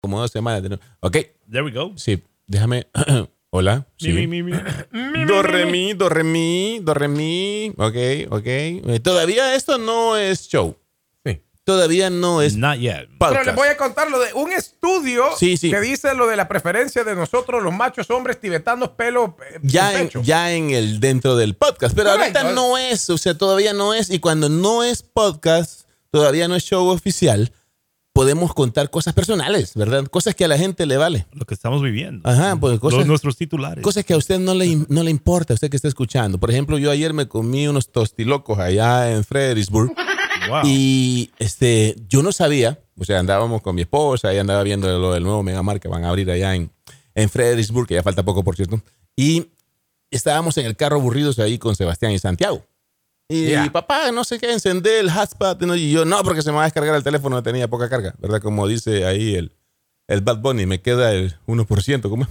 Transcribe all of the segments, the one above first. como dos semanas. de no- Ok, There we go. sí, déjame. Hola. Sí. Mi, mi, mi, mi. Do, re, mi, do, re, mi, do, re, mi. Ok, ok. Eh, Todavía esto no es show. Sí. Todavía no es Not yet. Pero les podcast. voy a contar lo de un estudio Sí, sí. que dice lo de la preferencia de nosotros, los machos hombres tibetanos, pelo eh, sin Ya en, pecho. ya en el dentro del podcast. Pero Correcto. ahorita no es, o sea, todavía no es. Y cuando no es podcast, todavía no es show oficial, podemos contar cosas personales, ¿verdad? Cosas que a la gente le vale. Lo que estamos viviendo. Ajá, pues cosas, Los, nuestros titulares. cosas que a usted no le, im- no le importa, a usted que está escuchando. Por ejemplo, yo ayer me comí unos tostilocos allá en Fredericksburg. Wow. Y este, yo no sabía, o sea, andábamos con mi esposa, ella andaba viendo lo del nuevo Megamar que van a abrir allá en, en Fredericksburg, que ya falta poco, por cierto. Y estábamos en el carro aburridos ahí con Sebastián y Santiago. Y Ya. papá, no sé qué, encendé el hotspot. ¿no? Y yo, no, porque se me va a descargar el teléfono, no tenía poca carga, ¿verdad? Como dice ahí el, el Bad Bunny, me queda el 1%. ¿cómo?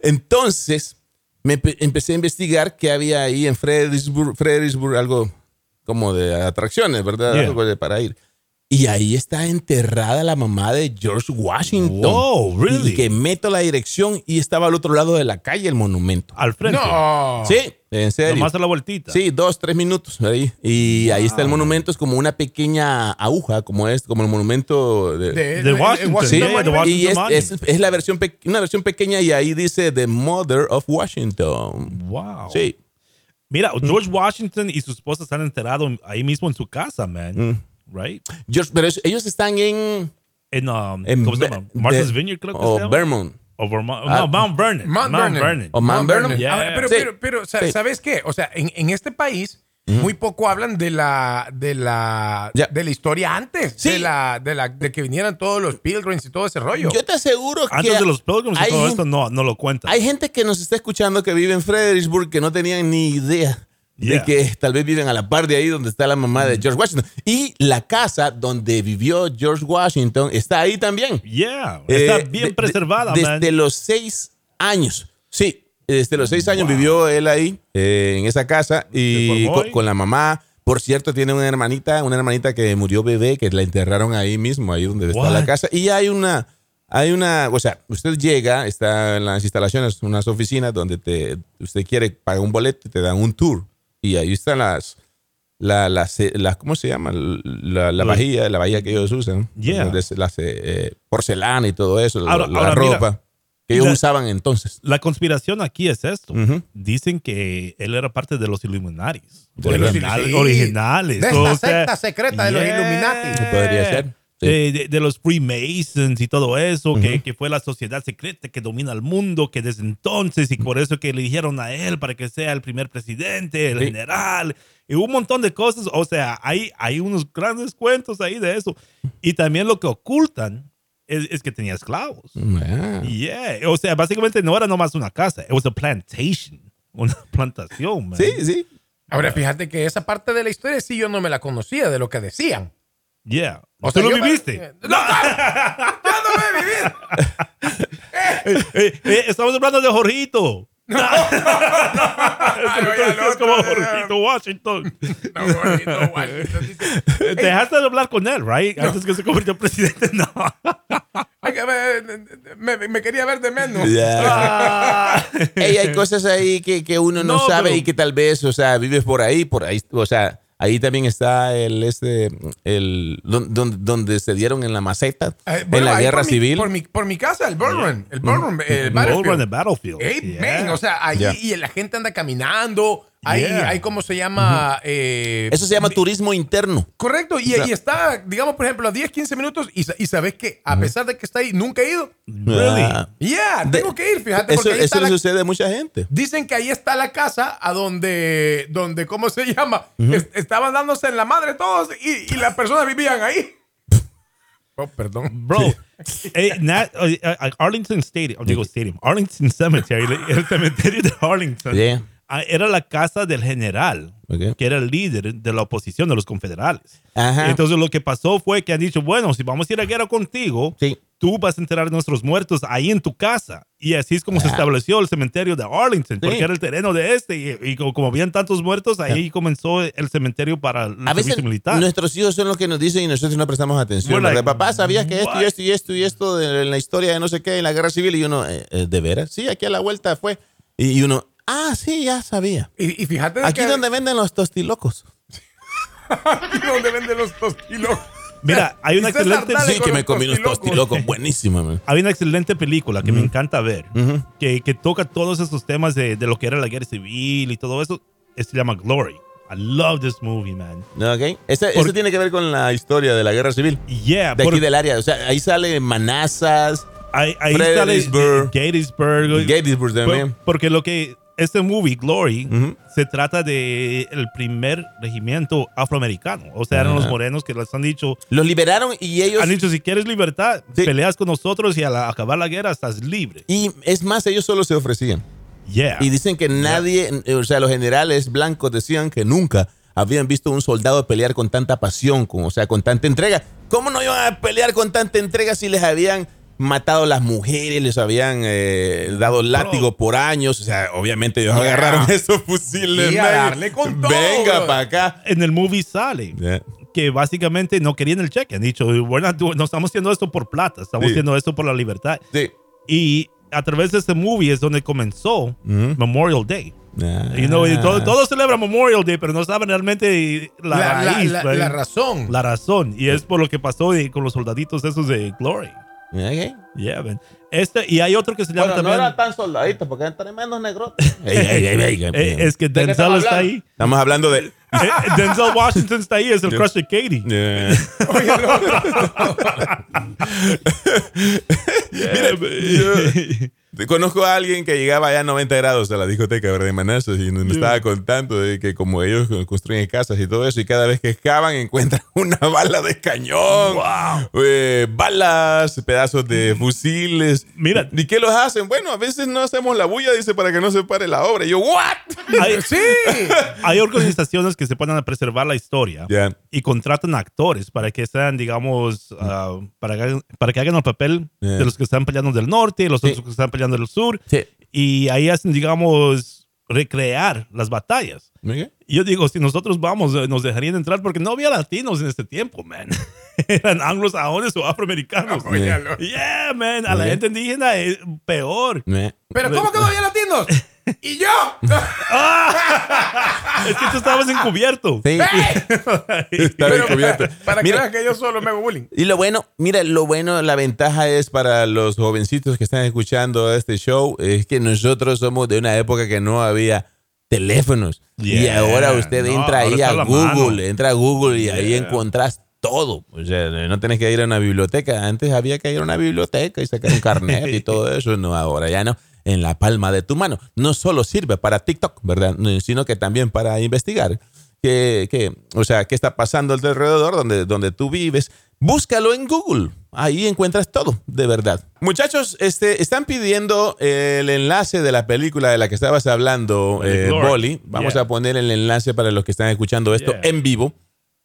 Entonces, me empe- empecé a investigar qué había ahí en Fredericksburg, Fredericksburg algo como de atracciones, ¿verdad? Yeah. Algo de para ir. Y ahí está enterrada la mamá de George Washington. Wow, really? Y que meto la dirección y estaba al otro lado de la calle el monumento. Al frente. No. Sí, en serio. Ah. Nomás a la vueltita. Sí, dos, tres minutos ahí. Y ahí está el monumento, es como una pequeña aguja, como es, como el monumento de, De, De Washington. Sí, Sí, de Monument. Washington y es, Monument. es- es la versión pe- una versión pequeña y ahí dice The Mother of Washington. Wow. Sí. Mm. Mira, George Washington y su esposa están enterados ahí mismo en su casa, man. Mm. Right? George- pero es- ellos están en, En, um, en ¿cómo se Be- llama? Martha's de- Vineyard, creo que o se llama. Vermont. O Vermont. Ah, Oh, no, Mount Vernon. Mount Vernon. O Mount Vernon. Mount Vernon. Yeah. A ver, pero, Sí. pero, pero, sa- Sí. ¿sabes qué? O sea, en, en este país muy poco hablan de la de la Ya. de la historia antes, Sí. de la de la de que vinieran todos los pilgrims y todo ese rollo. Yo te aseguro Antes que Ah, de los Pilgrims hay y todo gen- esto no, no lo cuentan. hay gente que nos está escuchando que vive en Fredericksburg que no tenían ni idea de Yeah. Mm. que tal vez viven a la par de ahí donde está la mamá de George Washington. Y la casa donde vivió George Washington está ahí también. Yeah. Está Eh, bien de- preservada, de- man. Desde los seis años. Sí, desde los seis años vivió él ahí, eh, en esa casa, y formó co- con, ahí. la mamá. Por cierto, tiene una hermanita, una hermanita que murió bebé, que la enterraron ahí mismo, ahí donde está la What? casa. Y hay una, hay una, o sea, usted llega, está en las instalaciones, unas oficinas donde te, usted quiere pagar un boleto y te dan un tour. Y ahí están las, la, la ce- la- ¿cómo se llama? La, la Los- vajilla, la vajilla que ellos usan. Yeah. Donde se- las eh, eh, porcelana y todo eso, la- Ahora- la, ahora mira, ropa que ellos la- usaban entonces. La conspiración aquí es esto. Ujú. Dicen que él era parte de los Illuminaris. De los original- Illuminati. originales. De esta O secta secreta de los Illuminati. Podría ser, sí. De, Eh, de- de los Freemasons y todo eso, que, que fue la sociedad secreta que domina el mundo, que desde entonces, y por eso que eligieron a él para que sea el primer presidente, el Sí. general, y un montón de cosas. O sea, hay, hay unos grandes cuentos ahí de eso. Y también lo que ocultan es, es que tenía esclavos. Ah. Yeah. O sea, básicamente no era nomás una casa, it was a plantation. Una plantación, man. Sí, sí. Ahora fíjate que esa parte de la historia sí yo no me la conocía de lo que decían. Yeah. O ¿Tú sea, lo yo- viviste? No, no, yo no voy a vivir. Eh, eh, estamos hablando de Jorrito. Claro, ya Entonces, lo es como otro, Jorgito Washington. No, bonito, Washington, dice, Te dejaste de hablar con él, right? Antes que se convirtió en presidente, no. "Ay, que me, me- me quería ver de menos. Ya. Ah. Ey, hay cosas ahí que, que uno no, No, sabe pero- y que tal vez, o sea, vives por ahí, por ahí, o sea, ahí también está el este el don- don- donde se dieron en la maceta Eh, bueno, en la ahí guerra por mi- civil. Mm. por, mi, por mi casa, el Burn Run, El Burn Run, el World War in the Battlefield. Battlefield. Ey, Yeah. man, o sea, ahí Ya. y la gente anda caminando. Ahí, Yeah. ahí ¿cómo se llama? Eh, Eso se llama turismo interno. Correcto, y O sea- ahí está, digamos, por ejemplo, a 10, 15 minutos. Y, sa- y sabes que, a pesar de que está ahí, nunca he ido. Really? Ah. Yeah, De- tengo que ir, fíjate. Eso, porque eso ahí está le la- sucede a mucha gente. Dicen que ahí está la casa a donde, donde ¿cómo se llama? Es- estaban dándose en la madre todos y, y las personas vivían ahí. Oh, perdón. Bro, eh, na- eh, eh, Arlington Stadium, digo Stadium, Arlington Cemetery, el cementerio de Arlington, Yeah. ah, era la casa del general, Ok. que era el líder de la oposición de los confederales. Ajá. Entonces lo que pasó fue que han dicho, bueno, si vamos a ir a guerra contigo, Sí. tú vas a enterar de nuestros muertos ahí en tu casa. Y así es Ah. como se estableció el cementerio de Arlington, porque era el terreno de este. Y, y como, como habían tantos muertos, ahí comenzó el cementerio para el Ah. A veces servicio militar. nuestros hijos son los que nos dicen y nosotros no prestamos atención. We're like, ¿verdad? Papá, ¿sabías que esto what? y esto y esto y esto de la historia de no sé qué, en la guerra civil? Y uno, eh, eh, ¿de veras? Sí, aquí a la vuelta fue. Y y uno, ah, sí, ya sabía. Y, y fíjate Aquí que- donde venden los tostilocos. aquí donde venden los tostilos. Mira, hay una Y César excelente- Dale Sí, con que me comí los tostilocos. tostilocos. Buenísimo, man. Hay una excelente película que me encanta ver, Ujú. que, que toca todos esos temas de, de lo que era la guerra civil y todo eso. Se llama Glory. I love this movie, man. Ok. Ese, Por- ese tiene que ver con la historia de la guerra civil. Yeah, De aquí porque del área. O sea, ahí sale Manassas, ahí, ahí Fredericksburg. sale Gettysburg. Gettysburg Por- también. porque lo que este movie Glory Ujú. se trata de el primer regimiento afroamericano, o sea, eran los Ajá. morenos que les han dicho Los liberaron y ellos... han dicho si quieres libertad, Sí. peleas con nosotros y al acabar la guerra estás libre. Y es más, ellos solo se ofrecían. Yeah. Y dicen que nadie, eh, o sea, los generales blancos decían que nunca habían visto un soldado pelear con tanta pasión, con, o sea, con tanta entrega. ¿Cómo no iban a pelear con tanta entrega si les habían matado las mujeres, les habían eh, dado látigo por años? O sea, obviamente ellos agarraron esos fusiles. Y a man. darle con todo, Venga brother. para acá. en el movie sale Yeah. que básicamente no querían el cheque, han dicho, "We're not doing- no estamos haciendo esto por plata, estamos Sí. haciendo esto por la libertad. Sí. Y a través de este movie es donde comenzó Ujú. Memorial Day. Ah. Y no, y todo, todo celebra Memorial Day, pero no saben realmente la, La, la- raíz, la- ¿verdad? la razón. La razón. Y es por lo que pasó de- con los soldaditos esos de Glory. Ok. Yeah, man. Este, y hay otro que se llama Bueno, no también. eran tan soldaditos porque eran tremendos negros. Eh, es que ¿De qué estamos Denzel hablando? está ahí. Estamos hablando de... Eh, Denzel Washington está ahí, es el crush de Katie. Yeah. Oye, no. Mira, yo conozco a alguien que llegaba allá a 90 grados a la discoteca ¿verdad? de Manassas y me estaba contando de que como ellos construyen casas y todo eso y cada vez que excavan encuentran una bala de cañón, eh, balas, pedazos de Mm. fusiles. Mira. ¿Y qué los hacen? Bueno, a veces no hacemos la bulla, dice, para que no se pare la obra. Y yo, ¿what? Hay, sí. hay organizaciones que se ponen a preservar la historia Ya. y contratan actores para que sean, Mm. digamos, ah, para, que, hagan- para que hagan el papel Yeah. de los que están peleando del norte y los Sí. otros que están peleando del sur. Y ahí hacen, digamos, recrear las batallas. Mira. Y yo digo, si nosotros vamos, eh, nos dejarían entrar porque no había latinos en este tiempo, man. Eran anglosajones o afroamericanos. Oye, no. Yeah, man. A la Ok. gente indígena es peor. Mira. Pero ¿cómo que no había latinos? ¿Y yo? Es que tú estabas encubierto. Sí. Está Pero bien cubierto. para- Para que Mira, veas que yo solo me hago bullying. Y lo bueno, mira, lo bueno, la ventaja es para los jovencitos que están escuchando este show, es que nosotros somos de una época que no había teléfonos. y Yeah, ahora usted no, entra ahí a ahora está a la Google, mano. entra a Google y ahí Yeah. encontrás todo. O sea, no tenés que ir a una biblioteca. Antes había que ir a una biblioteca y sacar un carnet y todo eso. No, ahora ya no. En la palma de tu mano. No solo sirve para TikTok, ¿verdad? Sino que también para investigar. Que, que, o sea, qué está pasando alrededor donde, donde tú vives. Búscalo en Google. Ahí encuentras todo, de verdad. Muchachos, este, están pidiendo el enlace de la película de la que estabas hablando, El eh, Lord. Boli. Vamos Yeah. a poner el enlace para los que están escuchando esto Yeah. en vivo,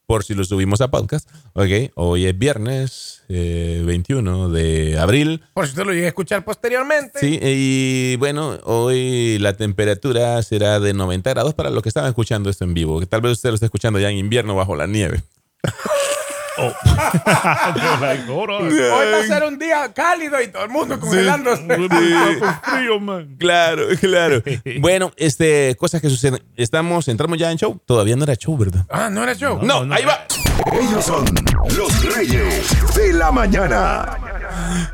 por si lo subimos a podcast. Ok, hoy es viernes eh, 21 de abril. Por si usted lo llegué a escuchar posteriormente. Sí, y bueno, hoy la temperatura será de 90 grados para los que estaban escuchando esto en vivo, que tal vez usted lo está escuchando ya en invierno bajo la nieve. Oh. They're like, hold on. Hoy va a ser un día cálido y todo el mundo congelándose. We're going for frío, man. Claro, claro. Bueno, este, cosas que suceden. Estamos, entramos ya en show. Todavía no era show, ¿verdad? Ah, no era show. No, no, no. ahí va. Ellos son los reyes de la mañana.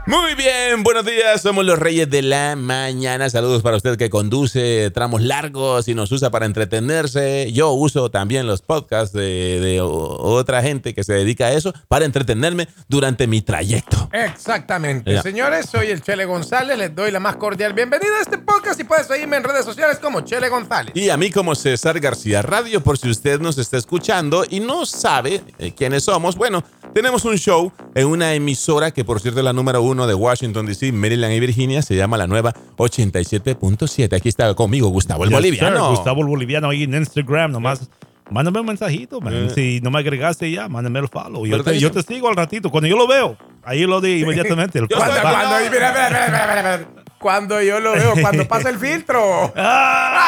Muy bien, buenos días, somos los Reyes de la Mañana. Saludos para usted que conduce tramos largos y nos usa para entretenerse. Yo uso también los podcasts de, de o- otra gente que se dedica a eso para entretenerme durante mi trayecto. Exactamente. Ya. Señores, soy el Chele González. Les doy la más cordial bienvenida a este podcast y puedes seguirme en redes sociales como Chele González. Y a mí como César García Radio, por si usted nos está escuchando y no sabe eh, quiénes somos, bueno, tenemos un show en una emisora que por cierto es la número uno de Washington, D.C., Maryland y Virginia, se llama la nueva 87.7. Aquí está conmigo Gustavo Pues el Yes, Boliviano. sir. Gustavo el Boliviano ahí en Instagram nomás. Mándame un mensajito, man. Si no me agregaste ya, mándame el follow. Yo Pero te te, yo te dicen- sigo al ratito. Cuando yo lo veo, Ahí lo di inmediatamente. El Yo cuadro. soy Cuando, Va. cuando- mira, mira, mira, mira, mira, mira. Cuando yo lo veo, cuando pasa el filtro.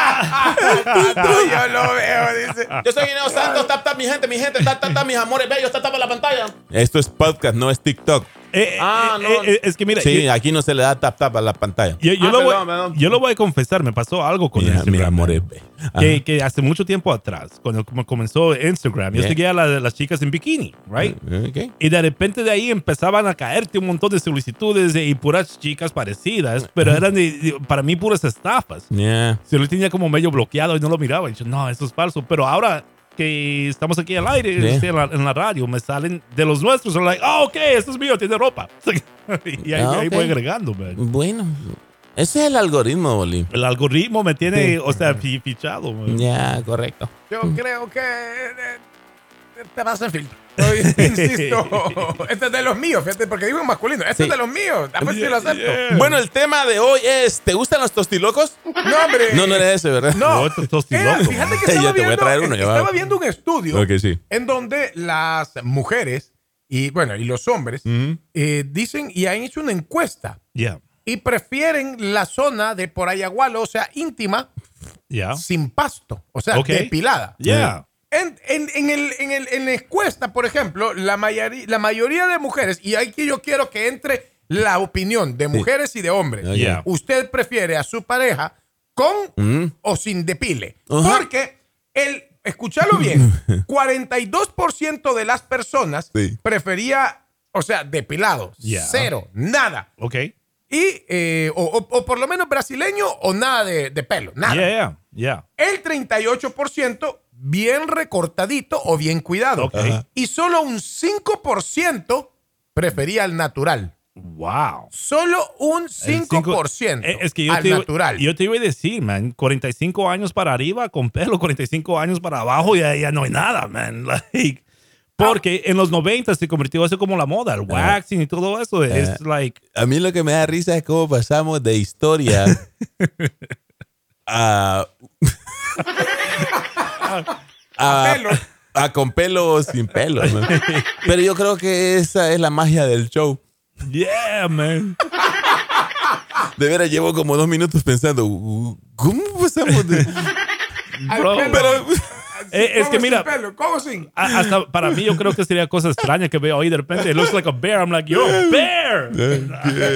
Ah. Cuando yo lo veo, dice. Yo soy Guineo Santos, tap tap mi gente, mi gente, tap tap tap mis amores bellos, tap tap a la pantalla. Esto es podcast, no es TikTok. Eh, eh, Ah, eh, no. eh, eh, es que mira, Sí, yo- aquí no se le da tap tap a la pantalla. yo, yo Ah, lo voy, perdón, perdón. yo lo voy a confesar, me pasó algo con Mira, Instagram. mis amores bellos. Ajá. que, que hace mucho tiempo atrás, cuando com- comenzó Instagram, yo Bien. seguía a la- las chicas en bikini, right? Ok. Y de repente de ahí empezaban a caerte un montón de solicitudes y puras chicas parecidas, pero eran de- de- para mí puras estafas. Yeah. Se lo tenía como medio bloqueado y no lo miraba. Y yo, no, eso es falso. Pero ahora que estamos aquí al aire, Yeah. este, en, la, en la radio, me salen de los nuestros. Son like, oh, ok, esto es mío, tiene ropa. y ahí, Ah, ahí ok. voy agregando, man. Bueno, ese es el algoritmo, Bolí. El algoritmo me tiene, o sea, fi- fichado, man. Ya, correcto. Yo creo que eh, te vas en filtro. Oye, Insisto, este es de los míos, fíjate, porque digo en masculino. Este Sí. es de los míos, a ver si lo acepto. Yeah. Bueno, el tema de hoy es, ¿te gustan los tostilocos? No, hombre. No, no era ese, ¿verdad? No, No, esto es tostiloco, era- fíjate que Yo estaba, te voy a viendo, traer uno, ya va. estaba viendo un estudio Ok, sí. en donde las mujeres y, bueno, y los hombres eh, dicen y han hecho una encuesta Yeah, y prefieren la zona de por Ayagualo, o sea, íntima, yeah. sin pasto, o sea, Ok. depilada. Yeah. En, en- en el- en el- en la encuesta, por ejemplo, la, mayari- la mayoría de mujeres, y aquí yo quiero que entre la opinión de mujeres y de hombres, Ok. Oh, Yeah. usted prefiere a su pareja con Mm. o sin depile. Ajá. Porque el, escúchalo bien, 42% de las personas Sí. prefería, o sea, depilado, Yeah. cero, nada. Ok. Y, eh, o, o- o por lo menos brasileño o nada de, de pelo, nada. Yeah, yeah, yeah. El 38% bien recortadito o bien cuidado. Ok. Ajá. Y solo un 5% prefería al natural. Wow. Solo un El 5% cinco- Eh, es que yo al te, iba- natural. Yo te iba a decir, man, 45 años para arriba con pelo, 45 años para abajo, ya, ya no hay nada, man. Like, porque en los 90 se convirtió eso como la moda, el waxing y todo eso. Es like, A mí lo que me da risa es cómo pasamos de historia a... a, Pelo. a con pelo o sin pelo. ¿no? Pero yo creo que esa es la magia del show. yeah, man. De veras, llevo como dos minutos pensando, "Uh, ¿cómo pasamos de...? Al Bro. pelo. Pero, Eh, es ¿Cómo que sin mira- pelo? ¿Cómo sin? A- hasta para mí yo creo que sería cosa extraña que veo ahí de repente. It looks like a bear. I'm like, you're a bear.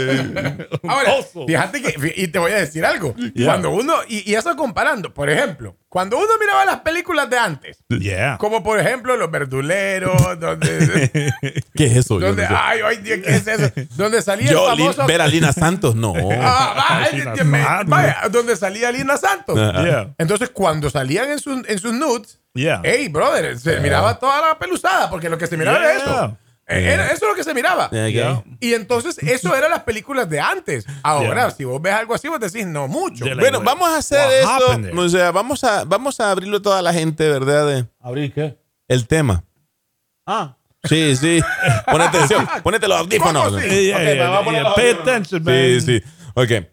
Un Ahora, oso. fíjate que, y te voy a decir algo. Yeah. Cuando uno, y, y eso comparando, por ejemplo, cuando uno miraba las películas de antes, Yeah. como por ejemplo Los Verduleros, donde, ¿Qué es eso? Yo, donde no sé. ay, ay, Dios, ¿qué es eso? Donde salía Yo, el Lin- famoso... ver a Lina Santos, no. Ah, va, ay, Lina Dios mío, Santos. vaya, donde salía Lina Santos. Ah. Yeah. Entonces, cuando salían en, sus- en sus nudes, Yeah. hey, brother, se miraba toda la peluzada, porque lo que se miraba era Yeah. eso. Eh, Yeah. era- eso es lo que se miraba. Ok. Yeah. Y entonces, eso eran las películas de antes. Ahora, Yeah. si vos ves algo así, vos decís, no mucho. De la- Bueno, vamos a hacer What happened eso. there? O sea, vamos a, vamos a abrirlo a toda la gente, ¿verdad? De- ¿Abrir qué? el tema. Ah. Sí, sí. Pon atención. Ponete los audífonos. ¿Cómo sí? Yeah, yeah, Ok, me voy a yeah, poner yeah. los Pay audífonos. attention, Sí, man. sí. Ok.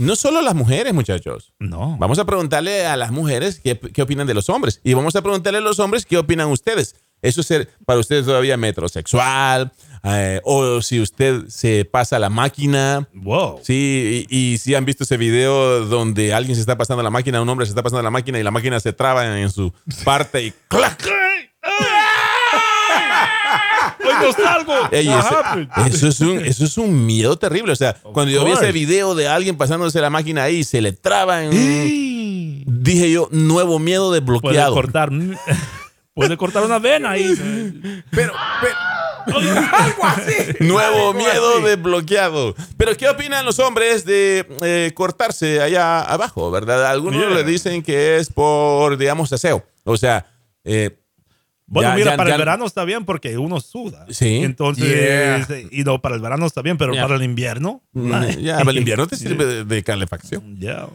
No solo las mujeres, muchachos. No. Vamos a preguntarle a las mujeres qué, qué opinan de los hombres. Y vamos a preguntarle a los hombres qué opinan ustedes. Eso es ser para ustedes todavía metrosexual. eh, o si usted se pasa la máquina. Wow. Sí, y, y si han visto ese video donde alguien se está pasando la máquina, un hombre se está pasando la máquina y la máquina se traba en su parte y ¡clac! ¡Ay! ¡Ay! ¡Ay, no salgo! Ey, What happened? eso, eso es un, eso es un miedo terrible. O sea, cuando yo vi pues. course. ese video de alguien pasándose la máquina ahí y se le traba en... Dije yo, nuevo miedo Puede desbloqueado. cortar. Puede cortar una vena ahí. Pero, pero- algo así. Nuevo Algo miedo así. desbloqueado. Pero ¿qué opinan los hombres de eh, cortarse allá abajo, verdad? Algunos Yeah. le dicen que es por, digamos, aseo. O sea, eh, Bueno, Ya, mira, ya, para ya. el verano está bien porque uno suda. Sí. Entonces, y no, para el verano está bien, pero Yeah. para el invierno. mm, ya, el invierno te sirve de, de calefacción. Ya.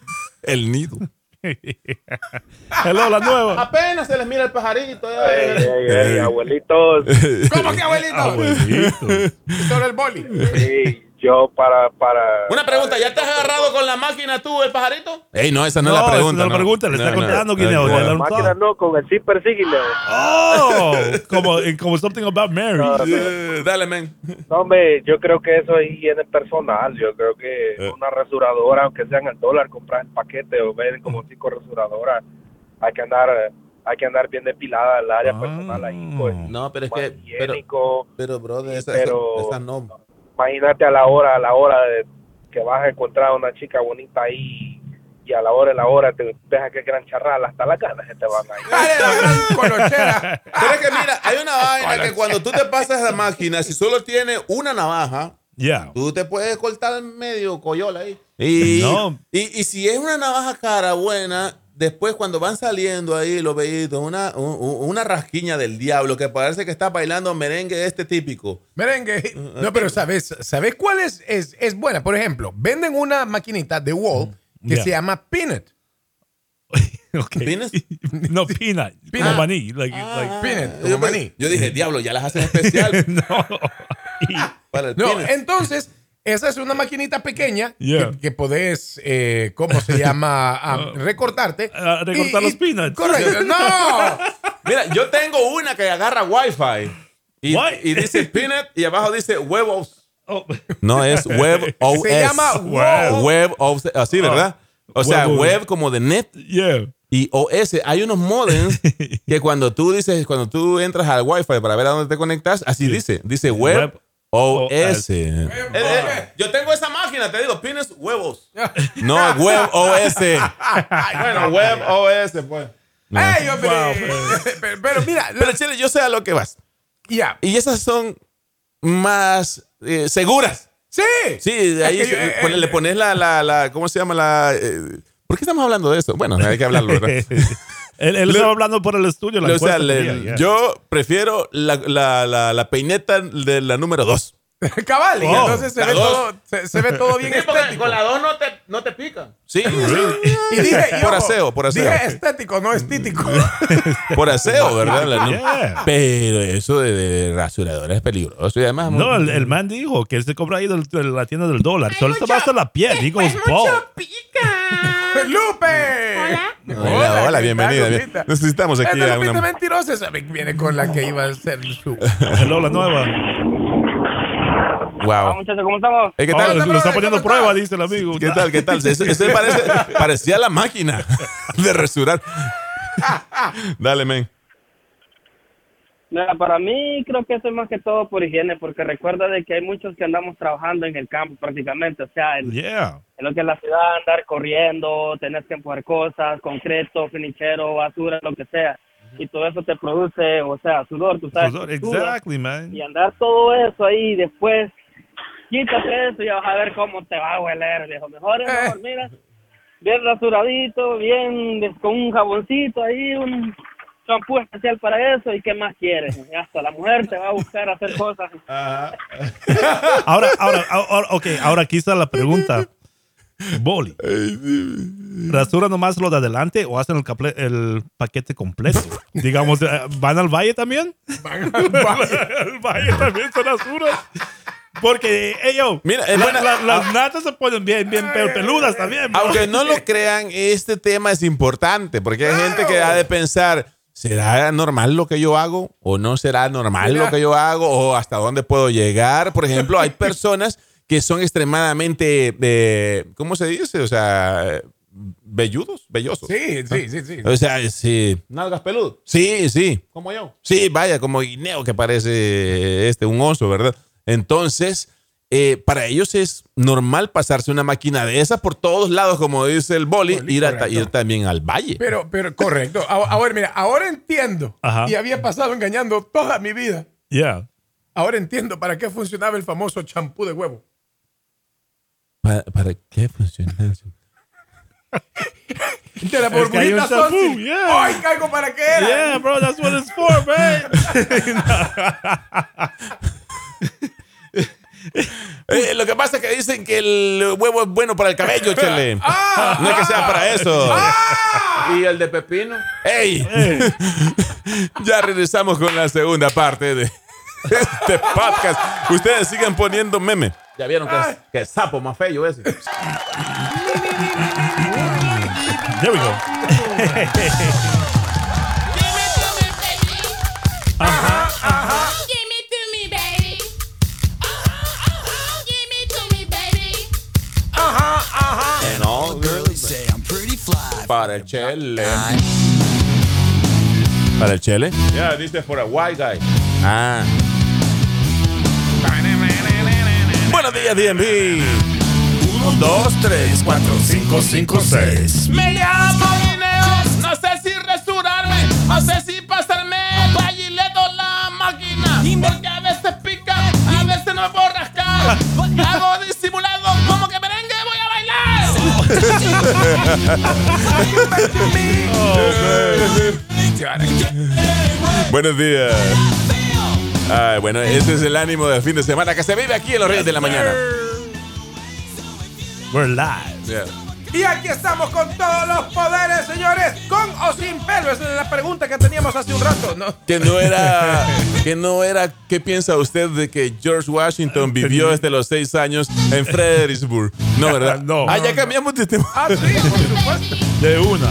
El nido. Hello, la nueva. Apenas se les mira el pajarito. Ey, ey, ey, abuelitos, Ah, ¿Cómo que, abuelito? Abuelito. Sobre el boli. sí, yo para, para Una pregunta, ¿ya te has agarrado con la máquina tú, el pajarito? Ey, no, esa no, es No, la esa pregunta. no es la pregunta, le está contando quién es, no, o sea, no. la- Máquina no, con el zipper síguile. Oh, como, en- como something about Mary. Yeah, Dale, men. No, hombre, yo creo que eso es higiene personal. Yo creo que Eh. una rasuradora, aunque sean al dólar, comprar el paquete o ver Mm. como cinco rasuradoras, hay que andar eh, hay que andar bien depilada el área Ah. personal ahí, pues. No, pero es más que. Pero, higiénico. pero brother, esa, pero- esa- esa no. Imagínate a la hora, a la hora de que vas a encontrar a una chica bonita ahí y a la hora, a la hora te deja que gran charral, hasta las ganas se te van ahí. Dale la gran colochera. Pero es que mira, hay una vaina que cuando tú te pasas la máquina, si solo tiene una navaja, Yeah. Tú te puedes cortar medio coyola ahí. Y, No. y, y si es una navaja cara buena, después cuando van saliendo ahí los vellitos, una, u- u- una rasquiña del diablo que parece que está bailando merengue este típico. Merengue. No, pero ¿sabes, ¿sabes cuál es, es? Es buena. Por ejemplo, venden una maquinita de wall que Yeah. se llama Peanut. Okay. ¿Peanuts? no, peanut. Peanut. Como maní. Like, Ah. Peanut, como Yo, pe- maní. yo dije, diablo, ya las hacen especial like, no. para el No, peanut". entonces, esa es una maquinita pequeña Yeah. que, que podés, eh, ¿cómo se llama? Ah, recortarte. Ah, recortar Y- los y- peanuts. Correcto. ¡No! Mira, yo tengo una que agarra wifi y, What? y dice peanut y abajo dice huevos. Oh. No, es web OS. Se llama Wow. web OS, así, ¿verdad? O sea, Huevo. web como de net Yeah. y OS. Hay unos modems que cuando tú dices, cuando tú entras al Wi-Fi para ver a dónde te conectas, así dice, dice web, Web OS. OS. Eh, eh, yo tengo esa máquina, te digo, pines huevos. No, web OS. bueno, web OS, pues. ¡Ey, hombre! Wow. pues. pero, pero mira, la- Pero Chile, yo sé a lo que vas. ya. Y esas son más eh, seguras. ¡Sí! Sí, de ahí Es que yo- eh, eh, pone- le pones la, la, la, ¿cómo se llama? La, eh, ¿Por qué estamos hablando de eso? Bueno, hay que hablarlo, ¿verdad? él él estaba hablando por el estudio. La o sea, encuesta le- que había, yeah. yo prefiero la, la, la, la peineta de la número 2. Cabal, y Wow. entonces se La ve, dos. todo, se, se ve todo bien estético. la 2 no te, no te pica. Sí, sí. Y dije, y Por ojo, aseo, por aseo. Dije estético, no estético. Mm. por aseo, ¿verdad? La nu- Yeah. Pero eso de, de rasuradora es peligroso y además... No, el, el man dijo que él se compra ahí del- de la tienda del dólar. Solo mucho- se va hasta la piel. Digo, Pues Paul. mucho pica. ¡Lupe! Hola. Hola, hola, Hola, bienvenida. ¿qué tal, bien- Lupita? Necesitamos aquí Esta a Lupita una... mentirosa esa viene con la que iba a ser su... Hello, la nueva. Wow. Muchachos, ¿cómo estamos? Eh, ¿Qué Ahora tal? lo está brother? poniendo a ¿Cómo prueba, estás? dice el amigo. ¿Qué tal? ¿Qué tal? Eso, eso parece, parecía la máquina de rasurar. Dale, men. Mira, para mí creo que eso es más que todo por higiene, porque recuerda de que hay muchos que andamos trabajando en el campo prácticamente, o sea, en, Yeah. en lo que es la ciudad, andar corriendo, tenés que empujar cosas, concreto, finichero, basura, lo que sea, y todo eso te produce, o sea, sudor, tú sabes. Pues, sudas, Exactly, man. Y andar todo eso ahí, y después quítate eso y vas a ver cómo te va a hueler, viejo. Mejor es mejor, mira, bien rasuradito, bien des- con un jaboncito ahí, un champú especial para eso y qué más quieres. Y Hasta la mujer te va a buscar hacer cosas. Ahora, ahora, ahora, ok, ahora aquí está la pregunta. Boli. ¿Rasura nomás lo de adelante o hacen el, caple- el paquete completo? Digamos, eh, ¿van al valle también? el valle también se rasura. Porque, hey, yo, Mira, Ah. es la- buena- la- las natas se ponen bien, bien pel- peludas también. bro. Aunque no lo crean, este tema es importante porque hay gente que ha de pensar, ¿será normal lo que yo hago o no será normal lo que yo hago o hasta dónde puedo llegar? Por ejemplo, hay personas que son extremadamente, eh, ¿cómo se dice? O sea, eh, velludos, vellosos. Sí, sí, sí, sí. O sea, sí. ¿Nalgas peludo? Sí, sí. ¿Como yo? Sí, vaya, como guineo que parece este, un oso, ¿verdad? Entonces, eh, para ellos es normal pasarse una máquina de esas por todos lados, como dice el boli, Boli, ir, a- correcto. ir también al valle. Pero, pero, correcto. A- Ahora, mira, ahora entiendo. Ajá. Y había pasado engañando toda mi vida. Yeah. Ahora entiendo para qué funcionaba el famoso champú de huevo. ¿Para, para qué funciona eso? De la Es que hay un burbujita champú, Sonsi. yeah. ¡Ay, caigo para qué era! Yeah, bro, that's what it's for, man. Eh, lo que pasa es que dicen que el huevo es bueno para el cabello, chele. Ah. No es que sea para eso. ¿Y el de pepino? ¡Ey! ya regresamos con la segunda parte de este podcast. Ustedes siguen poniendo meme. Ya vieron que, es- que es sapo más feo ese. There we go. Give me to me, baby. Uh huh, uh huh. Give me to me, baby. And all girls say I'm pretty fly. Para el chele. ¿Para el chele? Yeah, this is for a white guy. Ah. Buenos días, DMV. 1, 2, 3, 4, 5, 5, 6. Me llamo Guineos, no sé si resurarme, no sé si pasarme el bailito la máquina, porque a veces pica, a veces no puedo rascar, hago disimulado, como que merengue voy a bailar. Buenos días. Ay, bueno, ese es el ánimo del fin de semana que se vive aquí en los Reyes de la Mañana. We're live. Yeah. Y aquí estamos con todos los poderes, señores, con o sin pelo. Esa es la pregunta que teníamos hace un rato. ¿no? Que no era, que no era, ¿qué piensa usted de que George Washington vivió desde los seis años en Fredericksburg? No, ¿verdad? No. Ah, ya cambiamos de tema. Ah, sí, por supuesto. De una.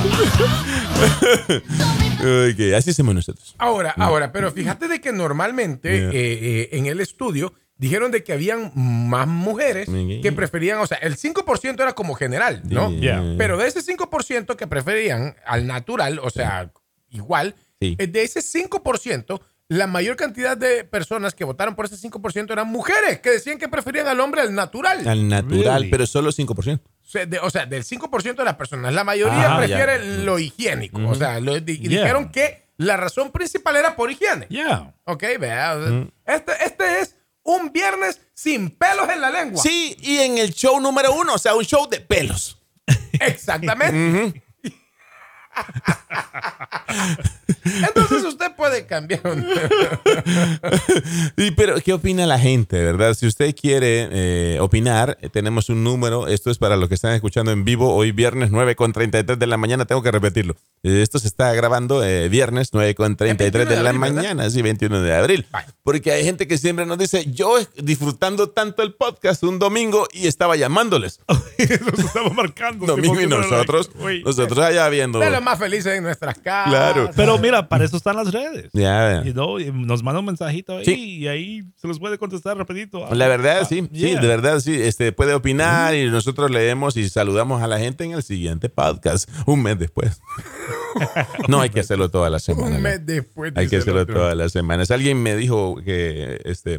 Uy, que así hacemos nosotros. Ahora, ahora, pero fíjate de que normalmente Yeah. eh, eh, en el estudio dijeron de que habían más mujeres Yeah. que preferían, o sea, el 5% era como general, ¿no? Yeah. Pero de ese 5% que preferían al natural, o sea, igual, Sí. eh, de ese 5%, la mayor cantidad de personas que votaron por ese 5% eran mujeres, que decían que preferían al hombre al natural. Al natural, Really? pero solo 5%. O sea, de- o sea, del 5% de las personas, la mayoría Ah, prefiere ya. lo higiénico. O sea, lo- di- y Yeah. dijeron que la razón principal era por higiene. Yeah. Ok, vea. Mm. Este, este es un viernes sin pelos en la lengua. Sí, y en el show número uno, o sea, un show de pelos. Exactamente. Entonces usted puede cambiar. un- Y, pero, ¿qué opina la gente, verdad? Si usted quiere eh, opinar, eh, tenemos un número. Esto es para los que están escuchando en vivo hoy viernes 9.33 de la mañana. Tengo que repetirlo. Eh, Esto se está grabando eh, viernes 9.33 de, 21 de la abril, ¿verdad? mañana, sí, 21 de abril. Porque hay gente que siempre nos dice, yo es- disfrutando tanto el podcast un domingo y estaba llamándoles. Nos estamos marcando. domingo y Simón, que no era nosotros, like, uy. nosotros allá viendo. De los más felices en nuestras casas. Claro. Pero mira, para eso están las redes. Ya, You know, y nos manda un mensajito ahí Sí. y ahí se los puede contestar rapidito. Ah, La ah, verdad, sí, sí, Yeah. de verdad, sí. Este puede opinar y nosotros leemos y saludamos a la gente en el siguiente podcast, un mes después. no hay que hacerlo toda la semana. Un ¿no? mes después. Hay que dice el hacerlo otro. todas las semanas. Alguien me dijo que este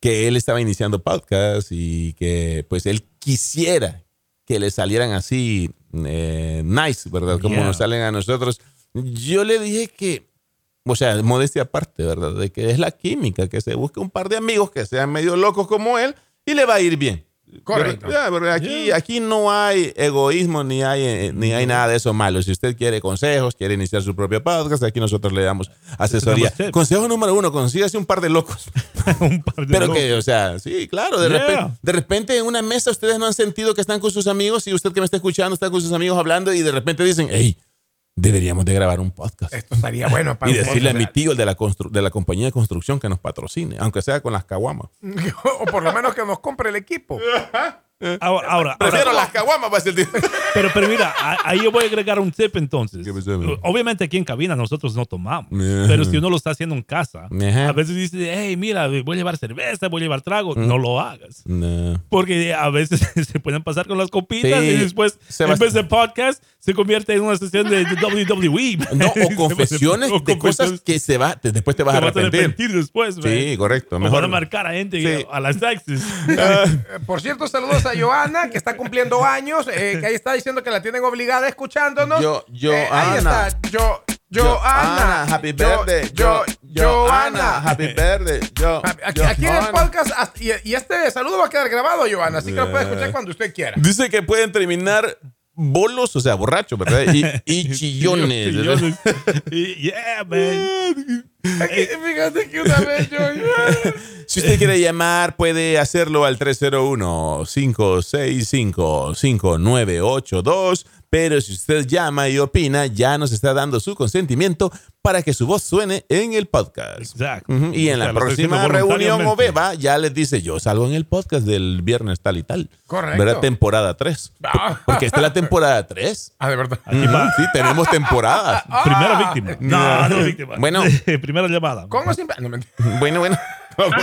que él estaba iniciando podcast y que pues él quisiera que le salieran así eh, nice, ¿verdad? Como Yeah. nos salen a nosotros. Yo le dije que o sea, modestia aparte, ¿verdad? De que es la química, que se busque un par de amigos que sean medio locos como él y le va a ir bien. Correcto. Pero, ya, pero aquí, aquí no hay egoísmo ni hay, eh, ni hay nada de eso malo. Si usted quiere consejos, quiere iniciar su propio podcast, aquí nosotros le damos asesoría. Damos tips. Consejo número uno, consígase un par de locos. Un par de Pero locos. que, o sea, sí, claro, de, Yeah. repente, de repente en una mesa ustedes no han sentido que están con sus amigos y usted que me está escuchando está con sus amigos hablando y de repente dicen, hey, deberíamos de grabar un podcast. Esto estaría bueno para Y un decirle a mi podcast. tío, el de la, constru- de la compañía de construcción, que nos patrocine, aunque sea con las caguamas. o por lo menos que nos compre el equipo. Ahora, ahora, Prefiero ahora- las caguamas, va a ser el tío. pero, pero mira, a- ahí yo voy a agregar un tip entonces. ¿Qué pasó, amigo? Obviamente aquí en cabina nosotros no tomamos, Ajá. pero si uno lo está haciendo en casa, Ajá. a veces dice, hey, mira, voy a llevar cerveza, voy a llevar trago, no lo hagas. No. Porque a veces se pueden pasar con las copitas Sí. y después, Sebast- en vez de podcast, se convierte en una sesión de, E. de WWE. No, o confesiones O de cosas confesiones. que se va, te- después te vas Te a vas a arrepentir. arrepentir después, man. Sí, correcto. O Mejor van a marcar a gente, Sí. a las taxis. Eh, Por cierto, saludos a Joana, que está cumpliendo años, eh, que ahí está diciendo que la tienen obligada escuchándonos. Yo- yo- Eh, ahí Ana. está, yo, Johanna, Joana. happy Yo- birthday. Yo, Joana. Johanna, happy birthday. Yo, Aquí, aquí en el Johanna. podcast, hasta- y, y este saludo va a quedar grabado, Joana, así que lo puede Eh. escuchar cuando usted quiera. Dice que pueden terminar bolos, o sea, borrachos, ¿verdad? Y, y chillones. ¿verdad? Chillones. Y- yeah, man. Eh. Fíjate que una vez yo. Si usted quiere llamar, puede hacerlo al 301-565-5982. Pero si usted llama y opina, ya nos está dando su consentimiento para que su voz suene en el podcast. Exacto. Ujú, Y en O sea, la lo estoy haciendo próxima reunión o voluntariamente. beba, ya les dice, yo salgo en el podcast del viernes tal y tal. Correcto. ¿Verdad? Temporada 3. Ah. Porque esta es la temporada 3. Ah, de verdad. va. Sí, tenemos temporadas. Primera víctima. No, no víctima. Ah. Bueno. Primera llamada. ¿Cómo siempre? No, mentira. Bueno, bueno. Vamos.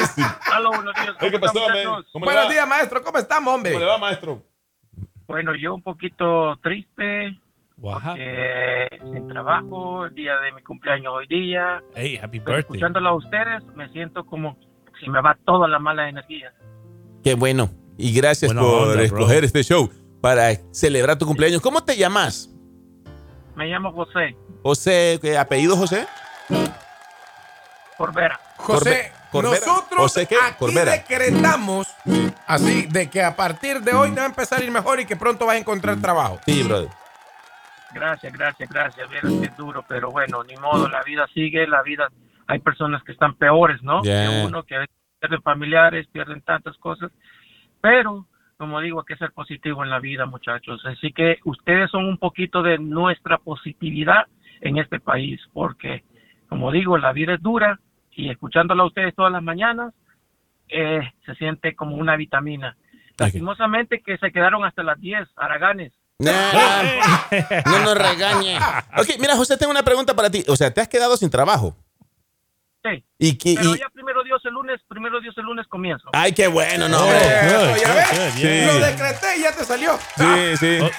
Aló, buenos días. Ey, ¿Qué ¿Cómo pasó, están, men? muchachos? ¿Cómo le Buenos va? días, maestro. ¿Cómo estamos, hombre? ¿Cómo le va, maestro? Bueno, yo un poquito triste. Oaxaca. eh, sin trabajo, el día de mi cumpleaños hoy día. Hey, happy Pero birthday. escuchándola a ustedes, me siento como si me va toda la mala energía. Qué bueno. Y gracias Buena por onda, bro. escoger este show para celebrar tu cumpleaños. ¿Cómo te llamas? Me llamo José José, ¿qué ¿apellido José? Corbera. Corbe- José, Corbera. nosotros José, ¿qué? aquí Corbera. decretamos así de que a partir de hoy te va a empezar a ir mejor y que pronto vas a encontrar trabajo. Sí, brother. Gracias, gracias, gracias. Vieras que es duro, pero bueno, ni modo, la vida sigue, la vida. Hay personas que están peores, ¿no? Ya. Que uno que pierden familiares, pierden tantas cosas. Pero, como digo, hay que ser positivo en la vida, muchachos. Así que ustedes son un poquito de nuestra positividad en este país, porque, como digo, la vida es dura y escuchándola a ustedes todas las mañanas, eh, se siente como una vitamina. Lastimosamente que se quedaron hasta las 10, Araganes. Nah, no nos regañe. Ok, mira, José, tengo una pregunta para ti. O sea, te has quedado sin trabajo. Sí. Y, que- Pero y- ya primero Dios el lunes, primero Dios el lunes comienzo. Ay, qué bueno, no, Oh, hombre. good, Eh, ya good, ves, good, yeah. lo decreté y ya te salió. Sí, sí. Oh.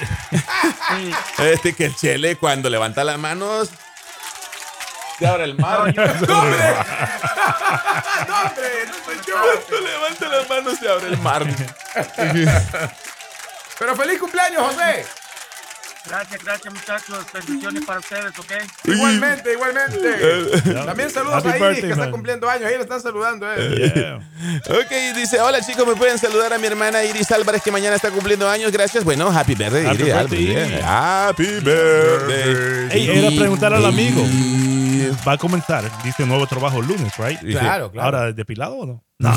Sí. Este que el chele cuando levanta las manos se abre el mar. ¡No, hombre! ¡No, hombre! ¡No soy yo! Cuando levanta las manos se abre el mar. Pero feliz cumpleaños, José. Gracias, gracias muchachos. Bendiciones para ustedes, ¿ok? Igualmente, igualmente. También saludos Happy a Iris, birthday, que está man. cumpliendo años. Ahí le están saludando. Eh. Yeah. Ok, dice, hola chicos, me pueden saludar a mi hermana Iris Álvarez que mañana está cumpliendo años. Gracias. Bueno, happy birthday, Happy Iris birthday, Álvarez. Iris. Happy birthday. Ey, era preguntar al amigo. Va a comenzar. Dice nuevo trabajo el lunes, right? Claro, claro. Ahora, ¿depilado o no? No.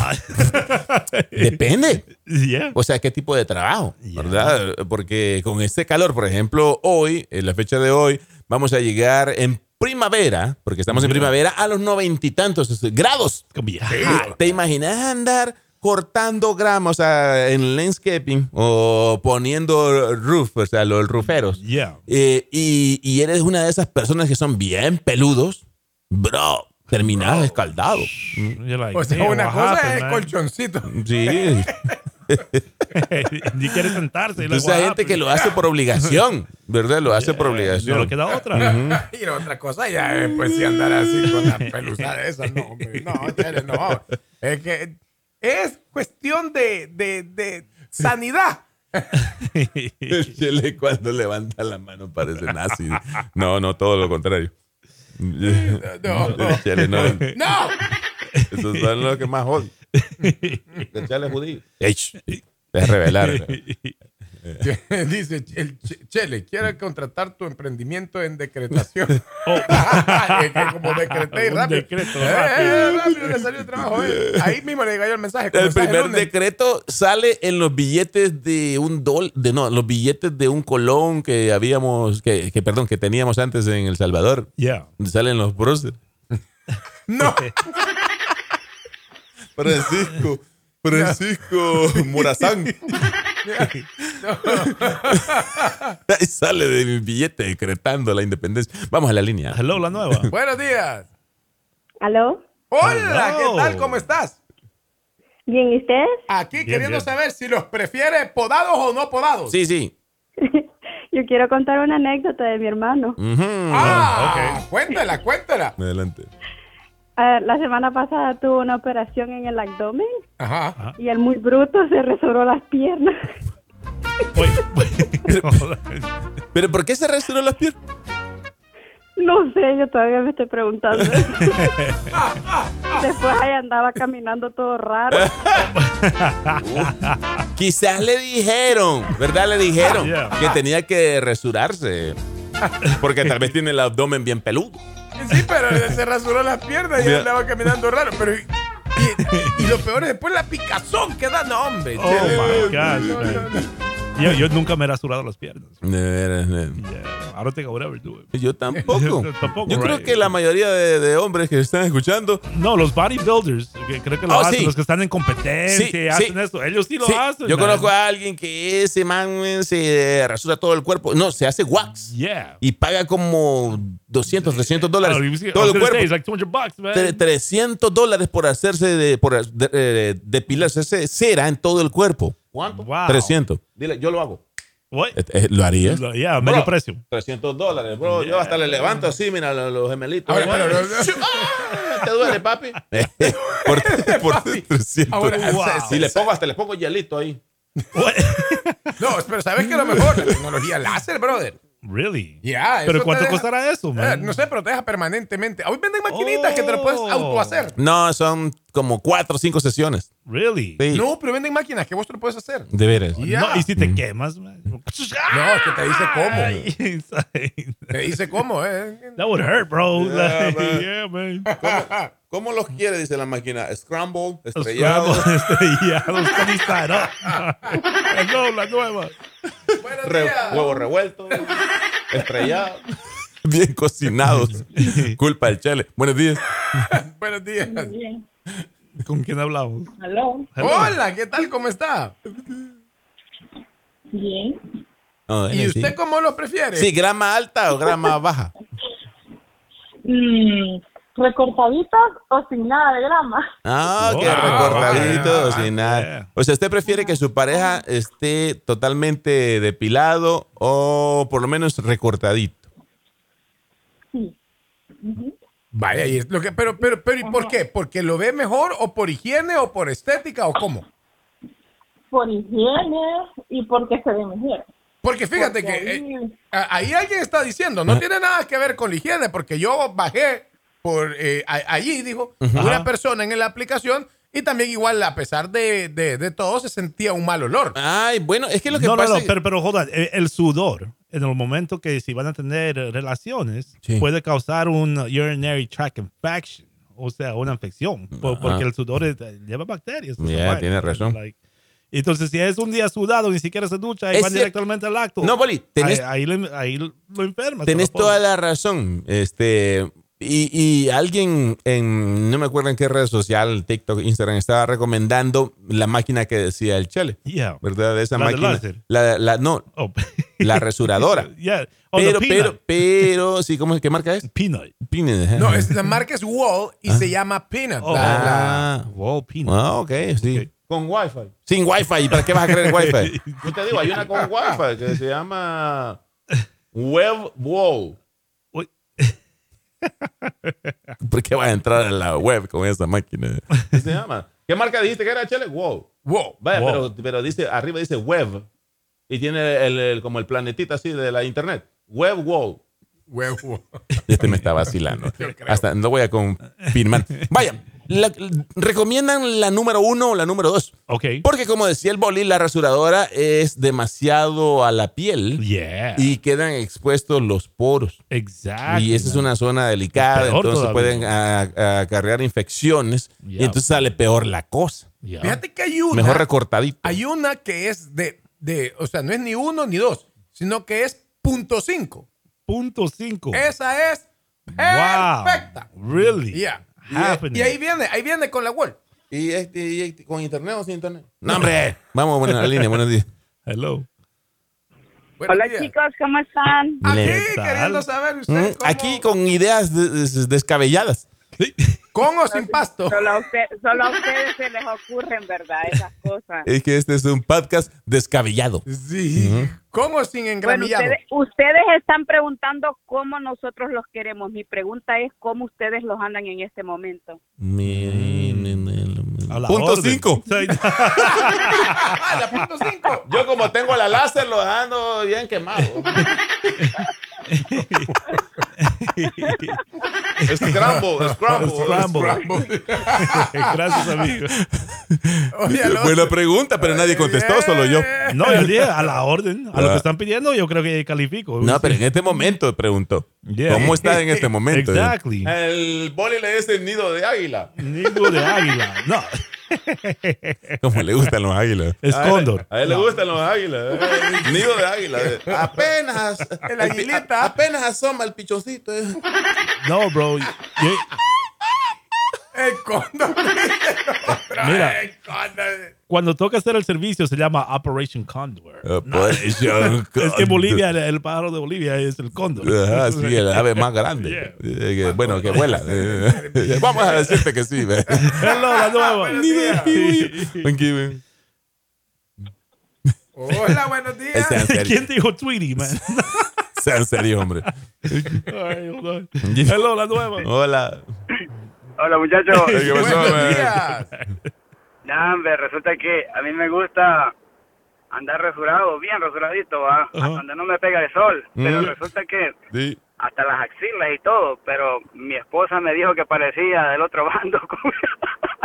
Depende. yeah. O sea, qué tipo de trabajo, ¿verdad? Porque con este calor, por ejemplo, hoy, en la fecha de hoy, vamos a llegar en primavera, porque estamos en primavera, a los noventa y tantos grados. Yeah. ¿Te imaginas andar cortando grama, o sea, en landscaping o poniendo roof, o sea, los ruferos? Yeah. Eh, y, y eres una de esas personas que son bien peludos, bro, terminás escaldado. You're like, O sea, "Damn, una what cosa happened, es pues, man?" colchoncito. Sí. Ni quiere sentarse. like, Entonces hay what gente que happened? lo hace por obligación, ¿verdad? Lo hace por No obligación. le queda otra. Y la otra cosa ya es pues si andar así con la pelusa de esas. No, hombre, no, chale, no. Es que es cuestión de, de, de sanidad. El chile cuando levanta la mano parece nazi. No, no, todo lo contrario. No. El chile no. ¡No! Esos son los que más odio. El chile es judío. Ey, sh, Es revelar. Dice el Ch- Chele, quiero contratar tu emprendimiento en decretación. Oh. Es que como decreté Un rápido. decreto Eh, rápido. eh, rápido le salió el trabajo. eh. Ahí mismo le cayó el mensaje. El comenzaba primer lunes. decreto sale en los billetes de un dólar, de no, los billetes de un colón que habíamos, que, que, perdón, que teníamos antes en El Salvador. Yeah. Salen los próceres. No, Francisco, Francisco Morazán. Ahí sale de mi billete decretando la independencia. Vamos a la línea. Hello, la nueva. buenos días. ¿Aló? Hola, Hello. ¿qué tal? ¿Cómo estás? ¿Bien y ustedes? Aquí queriendo bien. saber si los prefiere podados o no podados. Sí, sí. Yo quiero contar una anécdota de mi hermano. Ujú. Ah, cuéntala, cuéntala. Adelante. Ah, la semana pasada tuvo una operación en el abdomen Ajá. y el muy bruto se resoró las piernas. Wait, wait. ¿Pero por qué se restauró las piernas? No sé, yo todavía me estoy preguntando. Después ahí andaba caminando todo raro. Quizás le dijeron, ¿verdad? Le dijeron Yeah. que tenía que resurarse. Porque tal vez tiene el abdomen bien peludo. Sí, pero se rasuró las piernas y Mira. andaba caminando raro. Pero y, y- y lo peor es después la picazón que da, no, hombre. Oh my gosh. Yo, yo nunca me he rasurado las piernas. De veras, de- I don't think I would ever do it. Eh, Yo tampoco. Tampoco, Yo creo right. que la mayoría de, de hombres que están escuchando. No, los bodybuilders, que creo que lo Oh, hacen, sí. los que están en competencia Sí, y hacen sí. eso. Ellos sí lo Sí, hacen. yo man. conozco a alguien que ese man men, se rasura todo el cuerpo. No, se hace wax. Yeah. Y paga como 200, 300 dólares. Oh, you see- I todo was el gonna say, cuerpo. it's like 200 bucks, man. Tre- 300 dólares por hacerse de, por de- eh, depilarse ese- cera en todo el cuerpo. ¿Cuánto? Wow. 300. Dile, yo lo hago. What? Eh, eh, ¿Lo harías? Yeah, a medio Bro, precio. 300 dólares, bro. Yo hasta le levanto así, mira, lo- los, gemelitos. Ahora, Bueno, pero- ¡Ah! ¿Te duele, papi? por por 300. Ahora, Wow. se- se- Y le pongo hasta le pongo hielito ahí. What? No, pero ¿sabes qué es lo mejor? La tecnología láser, brother. Really? Ya, Pero eso ¿cuánto te deja- costará eso, Eh, man? No sé, pero te deja permanentemente. Hoy venden maquinitas que te lo puedes Oh. autohacer. No, son como 4 o 5 sesiones. Really? Sí, No, pero venden máquinas que vos te lo puedes hacer. de veras. Ya. No, y si te quemas, man. No, es que te dice cómo. Insane. Te dice cómo, ¿eh? That would hurt, bro. Yeah, Like, man. yeah, man. ¿Cómo, cómo los quiere? Dice la máquina. Scramble, estrellado, Scramble, estrellados, sunny side up. No, la nueva. Buenos re- días. huevo revuelto, estrellado. Bien cocinados. Culpa del chale. Buenos días. Buenos días. Bien. ¿Con quién hablamos? ¿Aló? Hello. Hola, ¿qué tal? ¿Cómo está? Bien. No, ¿Y eh, usted sí. cómo lo prefiere? Sí, grama alta o grama baja. Mm, ¿Recortaditas o sin nada de grama? Ah, Oh, qué ah, recortadito, ah, sin nada. yeah. O sea, ¿usted prefiere que su pareja esté totalmente depilado o por lo menos recortadito? Vaya, y es lo que, pero, pero, pero, ¿y por qué? ¿Porque lo ve mejor o por higiene o por estética o cómo? Por higiene y porque se ve mejor. Porque fíjate Porque que ahí- eh, a- ahí alguien está diciendo, no tiene nada que ver con la higiene, porque yo bajé por eh, a- allí, dijo, una persona en la aplicación y también igual, a pesar de, de, de todo, se sentía un mal olor. Ay, bueno, es que lo que No, no, pasa no, es- pero, pero joda, el, el sudor, en el momento que si van a tener eh, relaciones, Sí. puede causar un urinary tract infection, o sea, una infección, po- Ajá. porque el sudor es- eh, lleva bacterias. Ya, esa vaina. tiene razón. Like, entonces, si es un día sudado, ni siquiera se ducha y Es van cier- directamente al acto. No, Boli, tenés- ahí, ahí le- ahí lo enfermas. Tenés se lo pones. toda la razón. Este, y, y alguien en, no me acuerdo en qué red social, TikTok, Instagram, estaba recomendando la máquina que decía el Chele, Yeah. ¿verdad? Esa La de máquina. láser. la, la- no, Oh. la resuradora. yeah. Oh, the pero, peanut. pero, pero, sí, ¿cómo, es? ¿qué marca es? Peanut. Pines, ¿eh? ajá. No, es, la marca es Wall y se llama Peanut. Oh. la- la- Ah, Wow, peanut. ah, ok, sí. Ok. Con Wi-Fi. Sin Wi-Fi. ¿Para qué vas a creer en Wi-Fi? Yo te digo, hay una con Wi-Fi que se llama Web Wow. Uy. ¿Por qué vas a entrar a la web con esa máquina? ¿Qué se llama? ¿Qué marca dijiste que era, Chele? Wow. Wow. Vaya, Wow. pero, pero dice, arriba dice web. Y tiene el, el- como el planetita así de la internet. Web Wow. Huevo. Este me está vacilando. Hasta no voy a confirmar. Vaya, la- recomiendan la número uno o la número dos. Ok. Porque como decía el boli, la rasuradora es demasiado a la piel Yeah. y quedan expuestos los poros. Exacto. Y esa es una zona delicada, Peor entonces todavía. pueden a- acarrear infecciones y Ya. entonces sale peor la cosa. Yeah. Fíjate que hay una. Mejor recortadito. Hay una que es de, de, o sea, no es ni uno ni dos, sino que es punto cinco. Punto cinco. Esa es Wow. perfecta. Really? Yeah. Y- Happening. Y, ahí viene, ahí viene con la wall. ¿Y, este- y este- con internet o sin internet? No, hombre. Vamos bueno, a la línea, buenos días. Hello. Buenos Hola días. chicos, ¿cómo están? Aquí Le- tal? queriendo saber usted Mm, cómo- Aquí con ideas de- de- descabelladas. con o sin pasto. Solo a, usted- solo a ustedes se les ocurren, ¿verdad? Esas cosas. Es que este es un podcast descabellado. Sí. Con o sin Bueno, engramillado. ustedes, ustedes están preguntando cómo nosotros los queremos. Mi pregunta es cómo ustedes los andan en este momento. A la Punto orden. 5. Ah, la punto cinco. Yo como tengo la láser lo ando bien quemado. Scramble, scramble, Scramble. Gracias, amigo. Buena pregunta, pero nadie contestó, solo yo. No, yo dije a la orden, a lo que están pidiendo, yo creo que califico. Ah. No, pero en este momento preguntó. Yeah. ¿Cómo estás en este momento? Exactly. El boli le dice nido de águila. Nido de águila. No, Como le gustan los águilas. es cóndor. A él le No. gustan los águilas. eh. Nido de águila. eh. Apenas. El pi- aguilita. a- apenas asoma el pichoncito. eh. No, bro. Yo- El cóndor. mira, El cóndor. cuando toca hacer el servicio se llama Operation Condor. Oh, pues, Operation Es que Condor. Bolivia, el, el pájaro de Bolivia es el cóndor. Ajá, Ah, sí, el ave más grande. Eh, que- bueno, que vuela. Eh, Vamos a decirte que sí. ve. Hello, la nueva. Thank you. Hola, buenos días. Sean ¿Quién serios, dijo Tweety, man? sean serios, hombre. Ay, hold on. Hello, la nueva. Hola. Hola muchachos. Ey, ¿Qué pasó, buenos man? días. Nah, hombre, resulta que a mí me gusta andar rasurado, bien rasuradito, ¿va? Hasta Ajá. donde no me pega el sol. Pero Mm. resulta que Sí. hasta las axilas y todo, pero mi esposa me dijo que parecía del otro bando. con-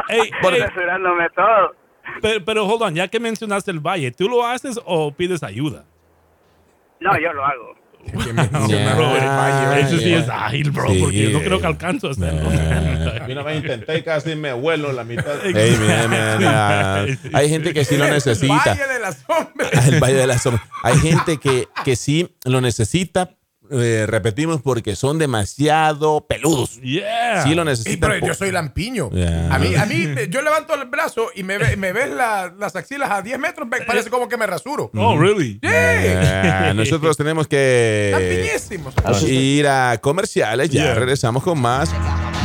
Ey, ey, rasurándome todo. pero, pero hold on, ya que mencionaste el valle, ¿tú lo haces o pides ayuda? No, yo lo hago. Ya, Bro, eso sí ya. es ágil, bro, Ah, Sí. porque yo no creo que alcanzo a hacerlo. Nah. Una vez intenté y casi me vuelo la mitad. Ey, mira, mira, mira. Hay gente que sí lo necesita. Valle de las sombras. El Valle de las Sombras. Hay gente que, que sí lo necesita, eh, repetimos, porque son demasiado peludos. Yeah. Sí lo Ey, necesitan. Ah, pero po- yo soy lampiño. Ya. A mí, a mí, te- yo levanto el brazo y me, ve- me ves la- las axilas a 10 metros, ve- parece como que me rasuro. Oh, really? Ah, nosotros tenemos Eh. que Lampiñísimos. ir a comerciales. Ya Yeah. regresamos con más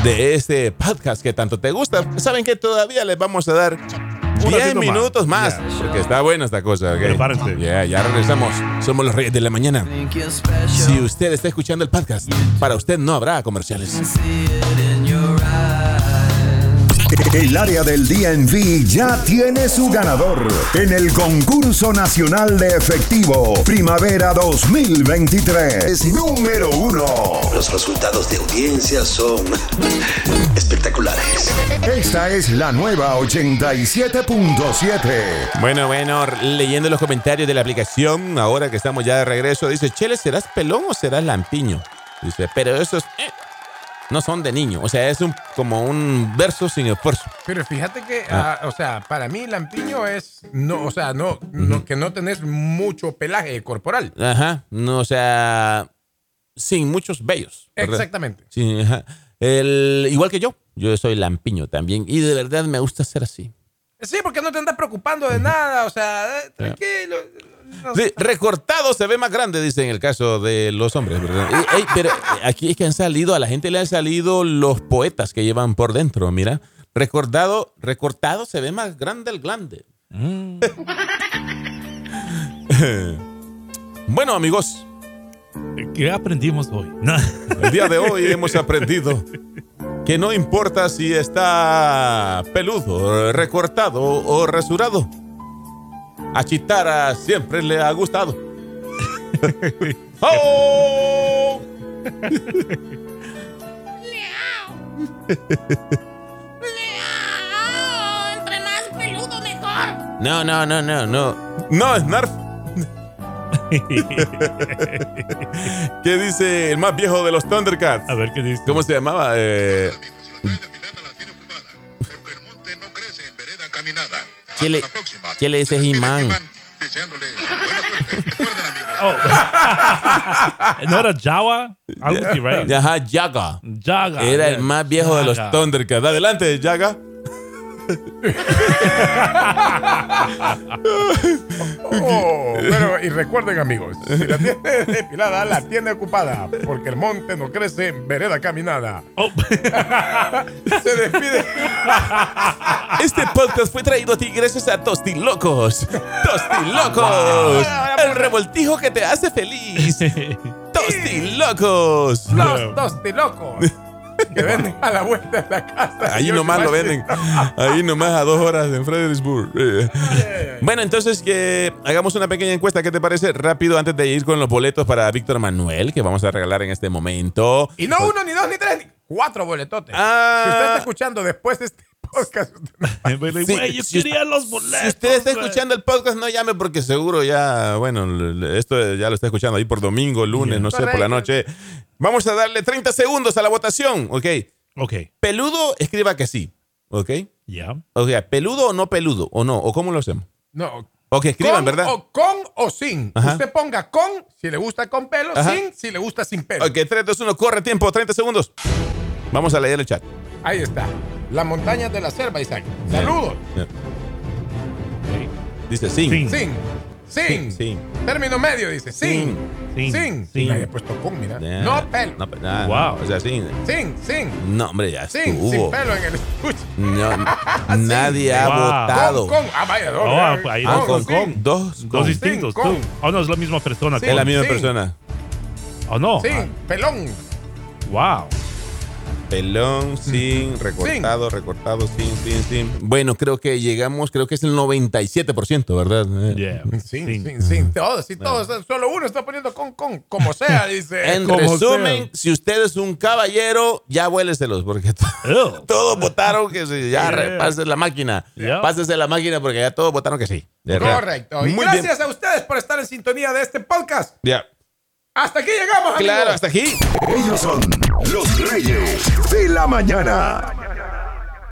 de este podcast que tanto te gusta. Saben que todavía les vamos a dar 10 ratito más. minutos más. Porque está buena esta cosa. ¿ok? Prepárense. Yeah, ya regresamos. Somos los Reyes de la Mañana. Si usted está escuchando el podcast, para usted no habrá comerciales. El área del DNV ya tiene su ganador en el concurso nacional de efectivo Primavera 2023, número uno. Los resultados de audiencia son espectaculares. Esta es la nueva 87.7. Bueno, bueno, leyendo los comentarios de la aplicación, ahora que estamos ya de regreso, dice, Chele, ¿serás pelón o serás lampiño? Dice, pero esos eh, no son de niño. O sea, es un, como un verso sin esfuerzo. Pero fíjate que, ah, o sea, para mí lampiño es, no, o sea, no, no- que no tenés mucho pelaje corporal. Ajá, no, o sea, sin muchos vellos. ¿verdad? Exactamente. Sí, ajá. El, igual que yo, yo soy lampiño también. Y de verdad me gusta ser así. Sí, porque no te andas preocupando de nada, o sea, eh, tranquilo. no- Sí, recortado se ve más grande, dice en el caso de los hombres, ¿verdad? Y, ey, pero eh, aquí es que han salido, a la gente le han salido los poetas que llevan por dentro, mira. Recordado, recortado se ve más grande el glande. bueno, amigos, ¿Qué aprendimos hoy? No. el día de hoy hemos aprendido que no importa si está peludo, recortado o rasurado. A Chitara siempre le ha gustado. ¡Oh! ¡Leao! Entre más peludo, mejor. No, no, no, no, no. No, Snarf. ¿Qué dice el más viejo de los Thundercats? A ver qué dice. ¿Cómo se llamaba? Eh, ¿Qué le, ¿qué le dice He-Man? Oh. ¿No era Jawa? Algo así, right? Ajá, Yaga. Jaga. Era el yeah. más viejo de los Jaga. Thundercats. Adelante, Yaga. Oh, pero, y recuerden, amigos, si la tiene depilada, la tiene ocupada, porque el monte no crece en vereda caminada. Oh. Se despide. Este podcast fue traído a ti gracias a Tostilocos. Tostilocos. El revoltijo que te hace feliz. Tostilocos. Los dos de locos que venden a la vuelta de la casa. Ahí nomás lo venden. Ahí nomás a dos horas en Fredericksburg. Eh. Bueno, entonces que hagamos una pequeña encuesta. ¿Qué te parece? Rápido, antes de ir con los boletos para Víctor Manuel, que vamos a regalar en este momento. Y no uno, ni dos, ni tres, ni cuatro boletotes. Ah. Si usted está escuchando después de este podcast. Sí, Güey, yo si quería usted- los boletos. Si usted está güey. escuchando el podcast, no llame porque seguro ya, bueno, l- l- esto ya lo está escuchando ahí por domingo, lunes, no sé, por la noche. Vamos a darle 30 segundos a la votación, ¿ok? Ok, Peludo, escriba que sí, ¿ok? ya. O sea, peludo o no peludo, o no, o cómo lo hacemos. No. O que escriban, con, ¿verdad? O con o sin. Ajá. Usted ponga con si le gusta con pelo, Ajá. sin si le gusta sin pelo. Eh. Ok, 3, 2, 1, corre tiempo, 30 segundos. Vamos a leer el chat. Ahí está. Las montañas de la selva, Isaac. Saludos. Dice sin. Sin. Sin. Sin. Sin. sin. Término medio, dice. Sin. Sin. Sin. Sin. Nadie ha puesto con, mira. Ya. No pelo. No, pe- ah, Wow. O sea, sin. Sin. Sin. No, hombre, ya Sin. Sin estuvo. pelo en el estuche. No, nadie ha Wow. votado. Con, con. Ah, vaya, doble. Oh, ah, ahí Ah, dos, con, con, sin. con, dos, Dos con. distintos. con. tú. Oh, no, es la misma persona. Es la con- misma Sin. persona. Oh, no. Sin. Pelón. Ah, wow. Pelón, sin, recortado, recortado, sin, sin, sin. Bueno, creo que llegamos, creo que es el 97%, ¿verdad? Eh, Yeah. Sin. Sin. Sin. Mm. Sin. Todos. Y todos. Solo uno está poniendo con. Con. Como sea, dice. En Como resumen, si usted es un caballero, ya vuéleselos, porque to- Ew. todos votaron que sí. Ya, Yeah. re- pásese la máquina. Yeah. Pásese la máquina, porque ya todos votaron que sí. De verdad. Correcto. Y Muy bien. gracias a ustedes por estar en sintonía de este podcast. Ya. Hasta aquí llegamos, amigos. Claro, hasta aquí. Ellos son los reyes de la mañana.